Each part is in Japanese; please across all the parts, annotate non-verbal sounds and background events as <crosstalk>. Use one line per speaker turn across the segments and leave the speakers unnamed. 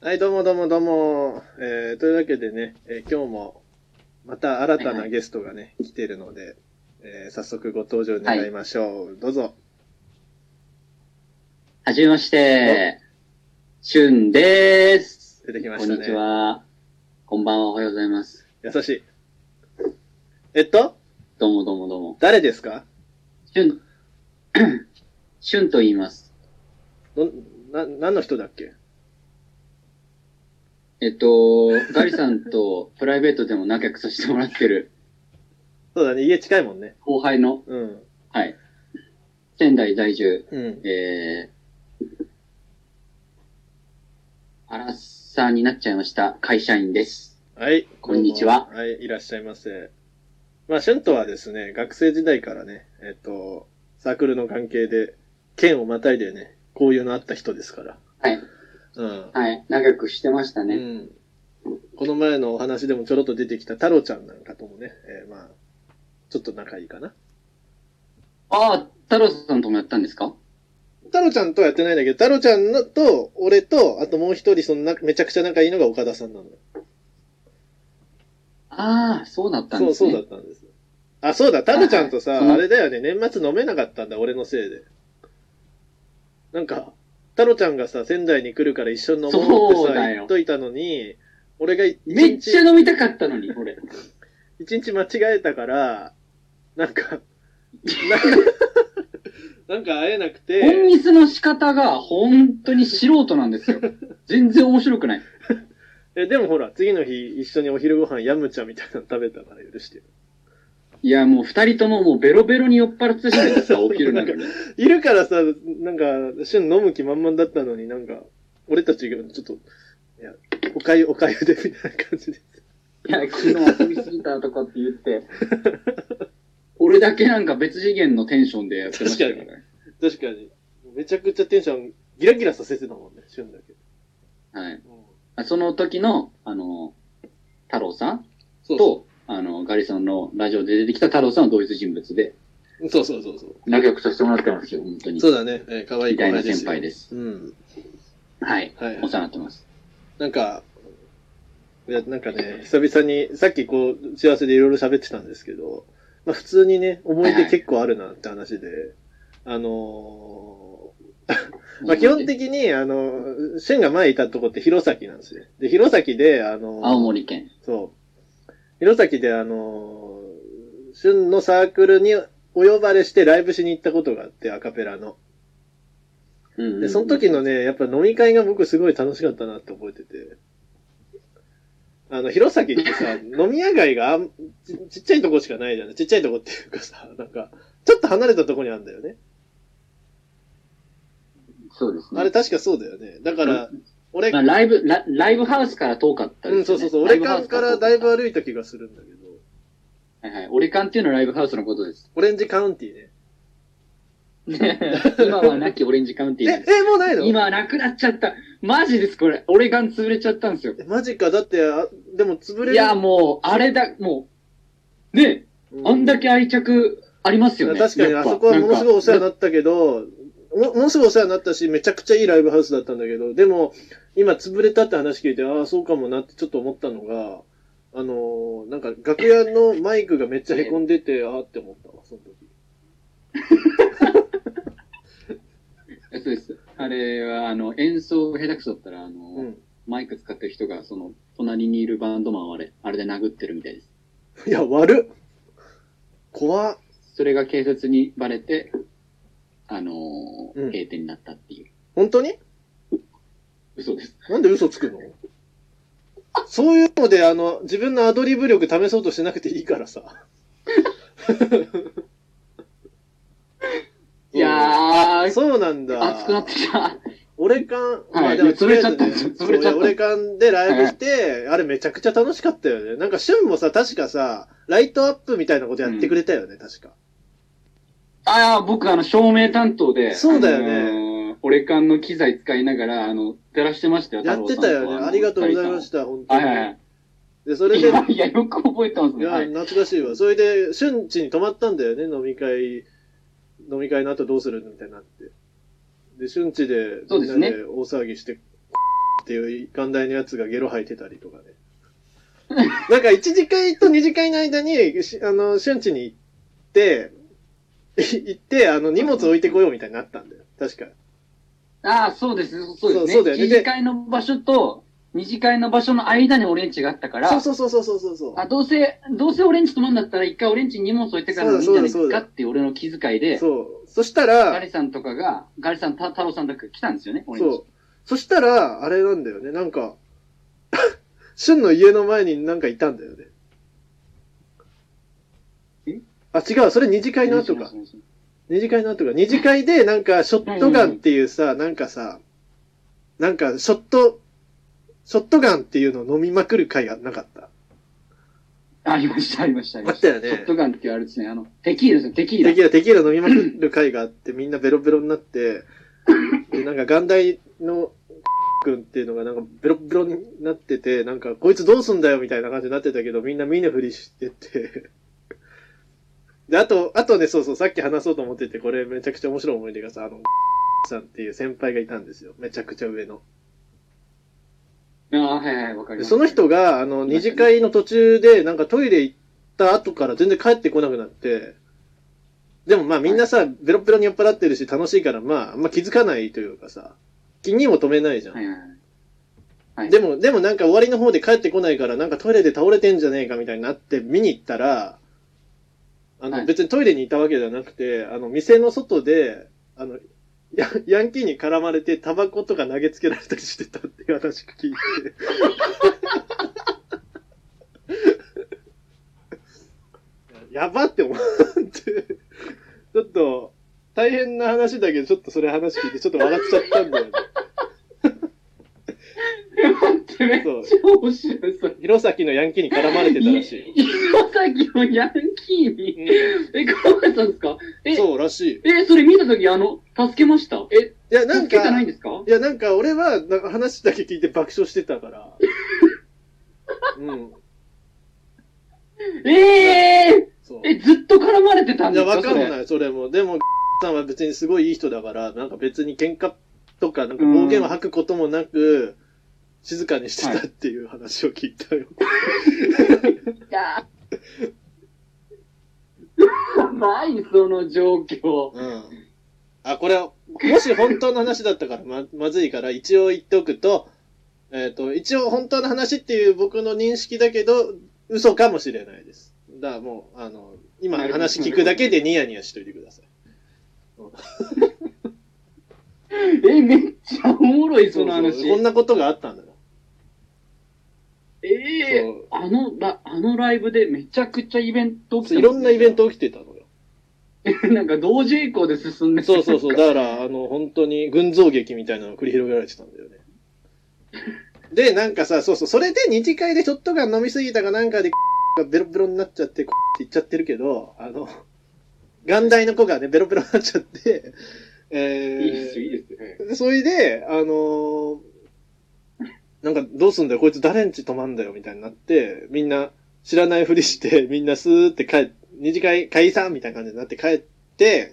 はい、どうもどうもどうも。えー、というわけでね、えー今日も、また新た
はい
な
はい
ゲストがね、来てるので、えー、早速ご登場願いましょう。どうぞ。
はじめまして、しゅんでーす。
出てきま
こ
し
ん
た
にち
ね。
は。こんばんは、おはようございます。
優しい。えっと、
どうもどうもどうも。
誰ですか
しゅん、 <clears throat> しゅんと言います。
どん、な、何の人だっけ
えっと、ガリさんとプライベートでも仲良くさせてもらってる
そうだね、家近いもんね。
後輩の、
うん。
はい。仙台在住、
うん。
えー、アラッサーになっちゃいました。会社員です。
はい。
こんにちは
どうもはい、いらっしゃいませ。まあ、シュントはですね、学生時代からね、えっと、サークルの関係で、県をまたいでね、交友のあった人ですから。
はい。
うん。
はい。仲良くしてました
う
ね。
ん。この前のお話でもちょろっと出てきた太郎ちゃんなんかともね、えーまあ、ちょっと仲いいかな。
ああ、太郎さんともやったんですか
太郎ちゃんとはやってないんだけど、太郎ちゃんのと、俺と、あともう一人、そのな、めちゃくちゃ仲いいのが岡田さんなのよ。
ああ、そうだったん
そう、
です
そ
ね。
うだったんです。あ、そうだ、タルちゃんと
はい
さ、
はい
あれだよね、年末飲めなかったんだ、俺のせいで。なんか、タロちゃんがさ、仙台に来るから一緒に飲もうって
そう
さ、
だよ
言っといたのに、俺が一
めっちゃ
日、
飲みたかったのに、
<laughs>
俺。
一日間違えたから、なんか、なんか <laughs> なんか会えなく
本
て、
ミスの仕方が本当に素人な
<laughs>
んですよ。全然面白くない。
え、でもほら、次の日一緒にお昼ご飯ヤムチャみたいなの食べたから許してよ
いや、もう二人とももうベロベロに酔っ払ってたじゃないですか、お昼な
<laughs>
のに。
いるからさ、なんか、旬飲む気満々だったのになんか、俺たちがちょっと、いや、おかゆ、おかゆで、みたいな感じで。
いや、昨日遊びすぎたとかって言って。俺だけなんか別次元のテンションでやってましたからね。
確かに。めちゃくちゃテンション、ギラギラさせてたもんね、旬だけ。
はい
うん、
あ。その時の、あの、太郎さん
そうそ
と、あの、ガリさんのラジオで出てきた太郎さんは同一人物で、
う。そうそうそうそう。
仲良くさせてもらってますよ、本当に。
そうだね、えー、可愛い
み
後
た
輩
いな
です
先
よ。
輩です。
うん。
はい。
はい
お世話になってます。
なんか、いや、なんかね、久々に、さっきこう、幸せでいろいろ喋ってたんですけど、まあ普通にね、思い出結構あるなって話で、あのー、まあ基本的に、あのー、シェンが前いたとこって弘前なんですね。で、弘前で、あのー、
青森県。
そう。弘前であのー、旬のサークルにお呼ばれしてライブしに行ったことがあって、アカペラの。で、その時のね、やっぱ飲み会が僕すごい楽しかったなって覚えてて。あの、弘前ってさ、
<laughs>
飲み屋街があんちちっちゃいとこしかないじゃないちっちゃいとこっていうかさ、なんか、ちょっと離れたとこにあるんだよね。
そうですね。
あれ確かそうだよね。だから、俺
まあ、ライブラ、ライブハウスから遠かった
うん、
です
そ
よ
う
ね
そうそう。
ラ
俺
イブハウ
間
ス
から
遠か
だ
っ
いぶ歩いた気がするんだけど、
た。はいはい。俺館っていうのはライブハウスのこ
<laughs>
とです。
オレンジカウンティーね。
今はなきオレンジカウンテ
え、
ィーです。
え、もうないの
今はなくなっちゃった。マジです、これ。俺館潰れちゃったんですよ。
えマジか、だって、あでも潰れる。
いや、もう、あれだ、もう、ね
う
あんだけ愛着ありますよね。
確かに、
や
あ
っぱ
そこはものすごいお世話に
な
なったけど、もものすごいお世話になったし、めちゃくちゃいいライブハウスだったんだけど、でも、今潰れたって話聞いて、ああ、そうかもなってちょっと思ったのが、あのーなんか楽屋のマイクがめっちゃ凹んでて、ああって思ったわ、その時。
んかそうです。あれは、あの、演奏が下手くそだったら、あの、
うん。
マイク使ってる人が、その、隣にいるバンドマンをあれ、あれで殴ってるみたいです。
いや、悪っ怖っ
それが警察にバレて、あのー
うん
閉店になったっていう。
本当に
嘘です。
なんで嘘つくのそういうので、あの、自分のアドリブ力試そうとしなくていいからさ。
<laughs> いやー、
そうなんだ。
熱くなってきた。
俺間、ま
は
あ
い
でもとりあえず
潰れちゃったん
ね、
ですよ
そう
<laughs> 潰れちゃった
俺間でライブして、あれめちゃくちゃ楽しかったよね。なんか、シュンもさ、確かさ、ライトアップみたいなことやってくれたよね、確か。
ああ、僕、あの、照明担当で。
そうだよね
ね。俺缶の機材使いながら、あの、照らしてましたよ、
やってたよ
太郎さん
ね。
と
ありがとうございまし
の
た、本当
二人
に。
さんはいはいはい。
で、それ
い <laughs>
で、い
や、いや、よく覚えてますね。は
や、
い。
懐かしいわ。それで、シュン家に泊まったんだよね、飲み会、飲み会の後どうするみたいになって。で、シュン家で、
そう
み
で
ん
す
な
ね
で大騒ぎして、っていう眼大のやつがゲロ吐いてたりとかね。 <laughs> なんか1次会と2次会の間に、しあの、瞬地に行って、い行って、あの、荷物置いてこようみたいになったんだよ。確か。
ああ、そうです。そうで
そ
すね。
うそうだよね
一次会の場所と、二次会の場所の間に俺んちがあったから、
そうそうそうそうそうそう。
あ、どうせ、どうせ俺んち泊まんだったら一回俺んちに荷物置いてからみん
そう
な
だ
で
そうだそう
行く
だ
かっていう俺の気遣いで、
そう。そした
ガ
ら、
リさんとかが、ガリさん、た太郎さんとか来たんですよね、俺んち。
そう。そしたら、あれなんだよね。なんか、 <laughs> 俊の家の前になんかいたんだよね。
え
あ、違う。それ二次会の後か。二次会の後か。二次会で、なんか、ショットガンっていうさ、なんかさ、なんか、ショット、ショットガンっていうのを飲みまくる会がなかった。
ありました、ありました、ありまし。
あったたよね
ショットガンっていうあれですね、あの、テキーラですね、テキーラ。
テキーラ、テキーラ飲みまくる会があって、みんなベロベロにな
<laughs>
って、で、なんか、眼大の、君っていうのがなんかベロベロになってて、なんか、こいつどうすんだよみたいな感じになってたけど、みんな見ぬふりしてて。で、あと、あとね、そうそう、さっき話そうと思ってて、これめちゃくちゃ面白い思い出がさ、あの、さんっていう先輩がいたんですよ。めちゃくちゃ上の。
ああ、はいはい、わかり
で
ます。
その人が、あの、二次会の途中で、なんかトイレ行った後から全然帰ってこなくなって、でもまあみんなさ、ベロッベロに酔っ払ってるし楽しいから、まあ、あんま気づかないというかさ、気にも止めないじゃん。
はいはいはい。はい
でも、でもなんか終わりの方で帰ってこないから、なんかトイレで倒れてんじゃねえかみたいになって見に行ったら、あの、
はい
別にトイレにいたわけじゃなくて、あの、店の外で、あの、ヤヤンキーに絡まれてタバコとか投げつけられたりしてたっていう話聞いて。 <laughs> やばって思って、ちょっと、大変な話だけど、ちょっとそれ話聞いて、ちょっと笑っちゃったんだよ
<laughs>
ね。
待って、めっちゃ面白い、それ。
弘前のヤンキーに絡まれてたらしい。
岩崎のヤンキーに、え、絡まれたんですかえ、
そうらしい。
え、それ見たとき、あの、助けましたえ、
いや、なん
助け
か、
てないん
い
ですか
や、なんか俺は、なんか話だけ聞いて爆笑してたから。
<laughs>
うん。
ええ
そう。
え、ずっと絡まれてたん
い
で
や、
すか
わかん
い。
ない、それも。でも、さんは別にすごいいい人だから、なんか別に喧嘩とか、なんか暴言を吐くこともなく、静かにしてたっていう話を聞いたよ。
い <laughs> やない、その状況。
うん。あ、これ、もし本当の話だったからま、まずいから、一応言っておくと、えっ、と、一応本当の話っていう僕の認識だけど、嘘かもしれないです。だからもう、あの、今
なるほど
話聞くだけでニヤニヤしといてください。
え、めっちゃおもろい、その
う
話。
うこんなことがあったんだよ。
ええ
そう
あのラ、あのライブでめちゃくちゃイベント起きた
いろんなイベン。ト起きてたのよ。
<laughs> なんか同時並行で進んで
そうそうそう。
なんか
だから、あの、本当に群像劇みたいなのが繰り広げられてたんだよね。で、なんかさ、そうそう、それで二次会でショットガン飲みすぎたかなんかで、がベロベロになっちゃって、って言っちゃってるけど、あの、眼大の子がね、ベロベロになっちゃって、えー、
<laughs> いいですよ、いいですよ。
でそれで、あのーなんかどうすんだよ、こいつ誰んち泊まんだよ、みたいになって、みんな知らないふりして、 <laughs> みんなスーって帰っ、二次会解散みたいな感じになって帰って、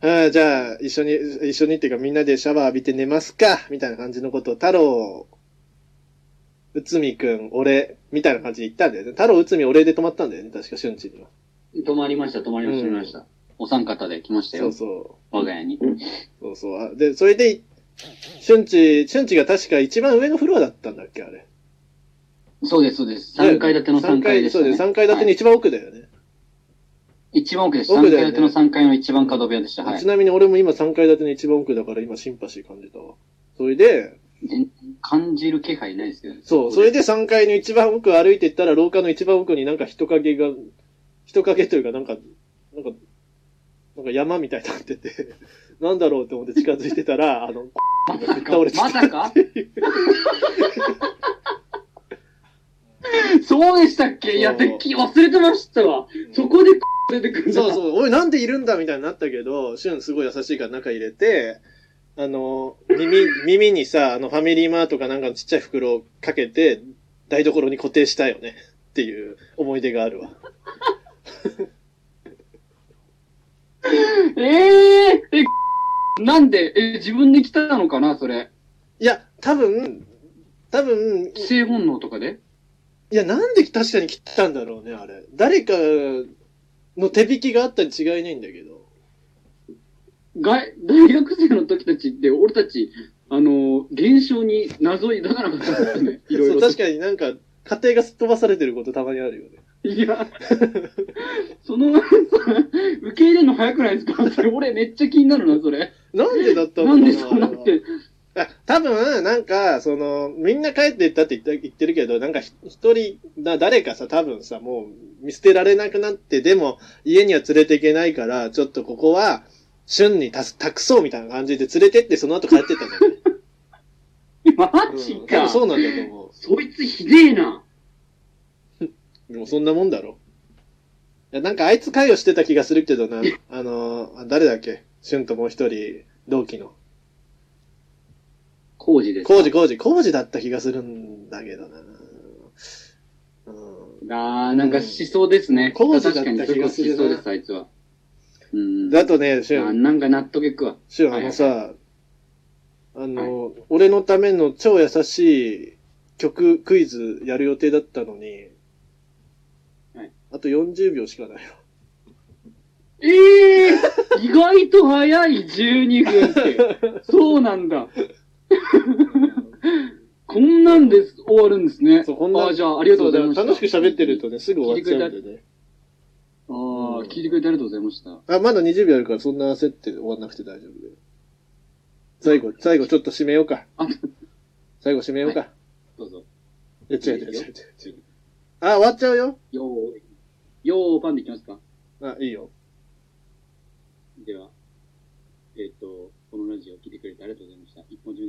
ああ、じゃあ、一緒に、一緒にっていうかみんなでシャワー浴びて寝ますか、みたいな感じのことを、太郎、内海くん、俺、みたいな感じで言ったんだよね。太郎、内海、俺で泊まったんだよね、確か、俊地には。
止まりました、止まりました、
う
止
ん
まりました。お三方で来ました
そう
よ、
そう。
我が家に。
そうそうあ。で、それで、瞬地、瞬地が確か一番上のフロアだったんだっけ、あれ。
そうです、そうです。三階建ての三階でした、ね。
そうです。3階建ての
はい
一番奥だよね。
一番奥です。三
奥だ
階
よね
建ての三階の一番角部屋でした。はい
ち。なみに俺も今3階建ての一番奥だから今シンパシー感じたわ。それで、
全感じる気配ないですけどね。
そう、それで3階の一番奥歩いてったら廊下の一番奥になんか人影が、人影というかなんか、なんか、なんか山みたいになってて、なんだろうって思って近づいてたら、あの、
まさか
倒れて、た
ま
<laughs>
さかそうでしたっけいや、
そう
てっきり忘れてましたわ。そこで <laughs> 出てくるんだ。
そうそう、おい、なんでいるんだみたいになったけど、シュンすごい優しいから中入れて、あの、耳、耳にさ、あの、ファミリーマートかなんかのちっちゃい袋をかけて、台所に固定したよね。っていう思い出があるわ。
<laughs> えええ、なんで、え、自分で来たのかな、それ。
いや、多分、多分、
性本能とかで
いや、なんで確かに切ったんだろうね、あれ。誰かの手引きがあったに違いないんだけど。
が <laughs> 大学生の時たちって、俺たち、あのー、現象に謎に抱かなかったんです
<laughs>
ね。いろい
そう
ろと。
確かになんか、家庭がすっ飛ばされてることたまにあるよね。
いや、 <laughs> その、 <laughs> 受け入れるの早くないですかそれ俺めっちゃ気になるな、それ。
なん <laughs> でだったのか
なんでそうなっ
あれは
て。
あ多分、なんか、その、みんな帰っていったって言った言ってるけど、なんかひ一人だ、誰かさ、多分さ、もう見捨てられなくなって、でも家には連れていけないから、ちょっとここは、旬にたす託そうみたいな感じで連れてって、その後帰ってったんじゃない
<laughs> マ
う
ジ
ん多
か。
分そうなんだと思
そいつひでえな。
う。でもそんなもんだろ。いや、なんかあいつ関与してた気がするけどな、あの、あ誰だっけ旬ともう一人、同期の。
工事です。
工事工事工事だった気がするんだけどな。うん
あー、なんか思想ですね。
うん工事だ
確
っ
かに、
た
そ
気
れ
が
こ
す
そ
るな
思想です、あいつは。うん。
だとね、シ
あ
ュン、
なんか納得いくわ。
シュン、あのさ、あの、俺のための超優しい曲クイズやる予定だったのに、
はい
あと40秒しか
<laughs>
ないよ。<laughs>
ええー、意外と早い12分って。そうなんだ。こんなんです、終わるんですね。
そうこんな
あーじゃあ、ありがとうございました。
そうだよ楽しく喋ってる。とね、すぐ終わっちゃうんでね。
ああ、聞いてくれてありがとうございました。
あ、まだ20秒あるからそんな焦って終わんなくて大丈夫で。最後、最後ちょっと締めようか
あ。
最後締めようか。
どうぞ。
いや、違う違う違う違う。あ、終わっちゃうよ。
よーい、よーパンでいきますか。
あ、いいよ。
では、えっ、と、このラジオを聞いてくれてありがとうございました。一本締め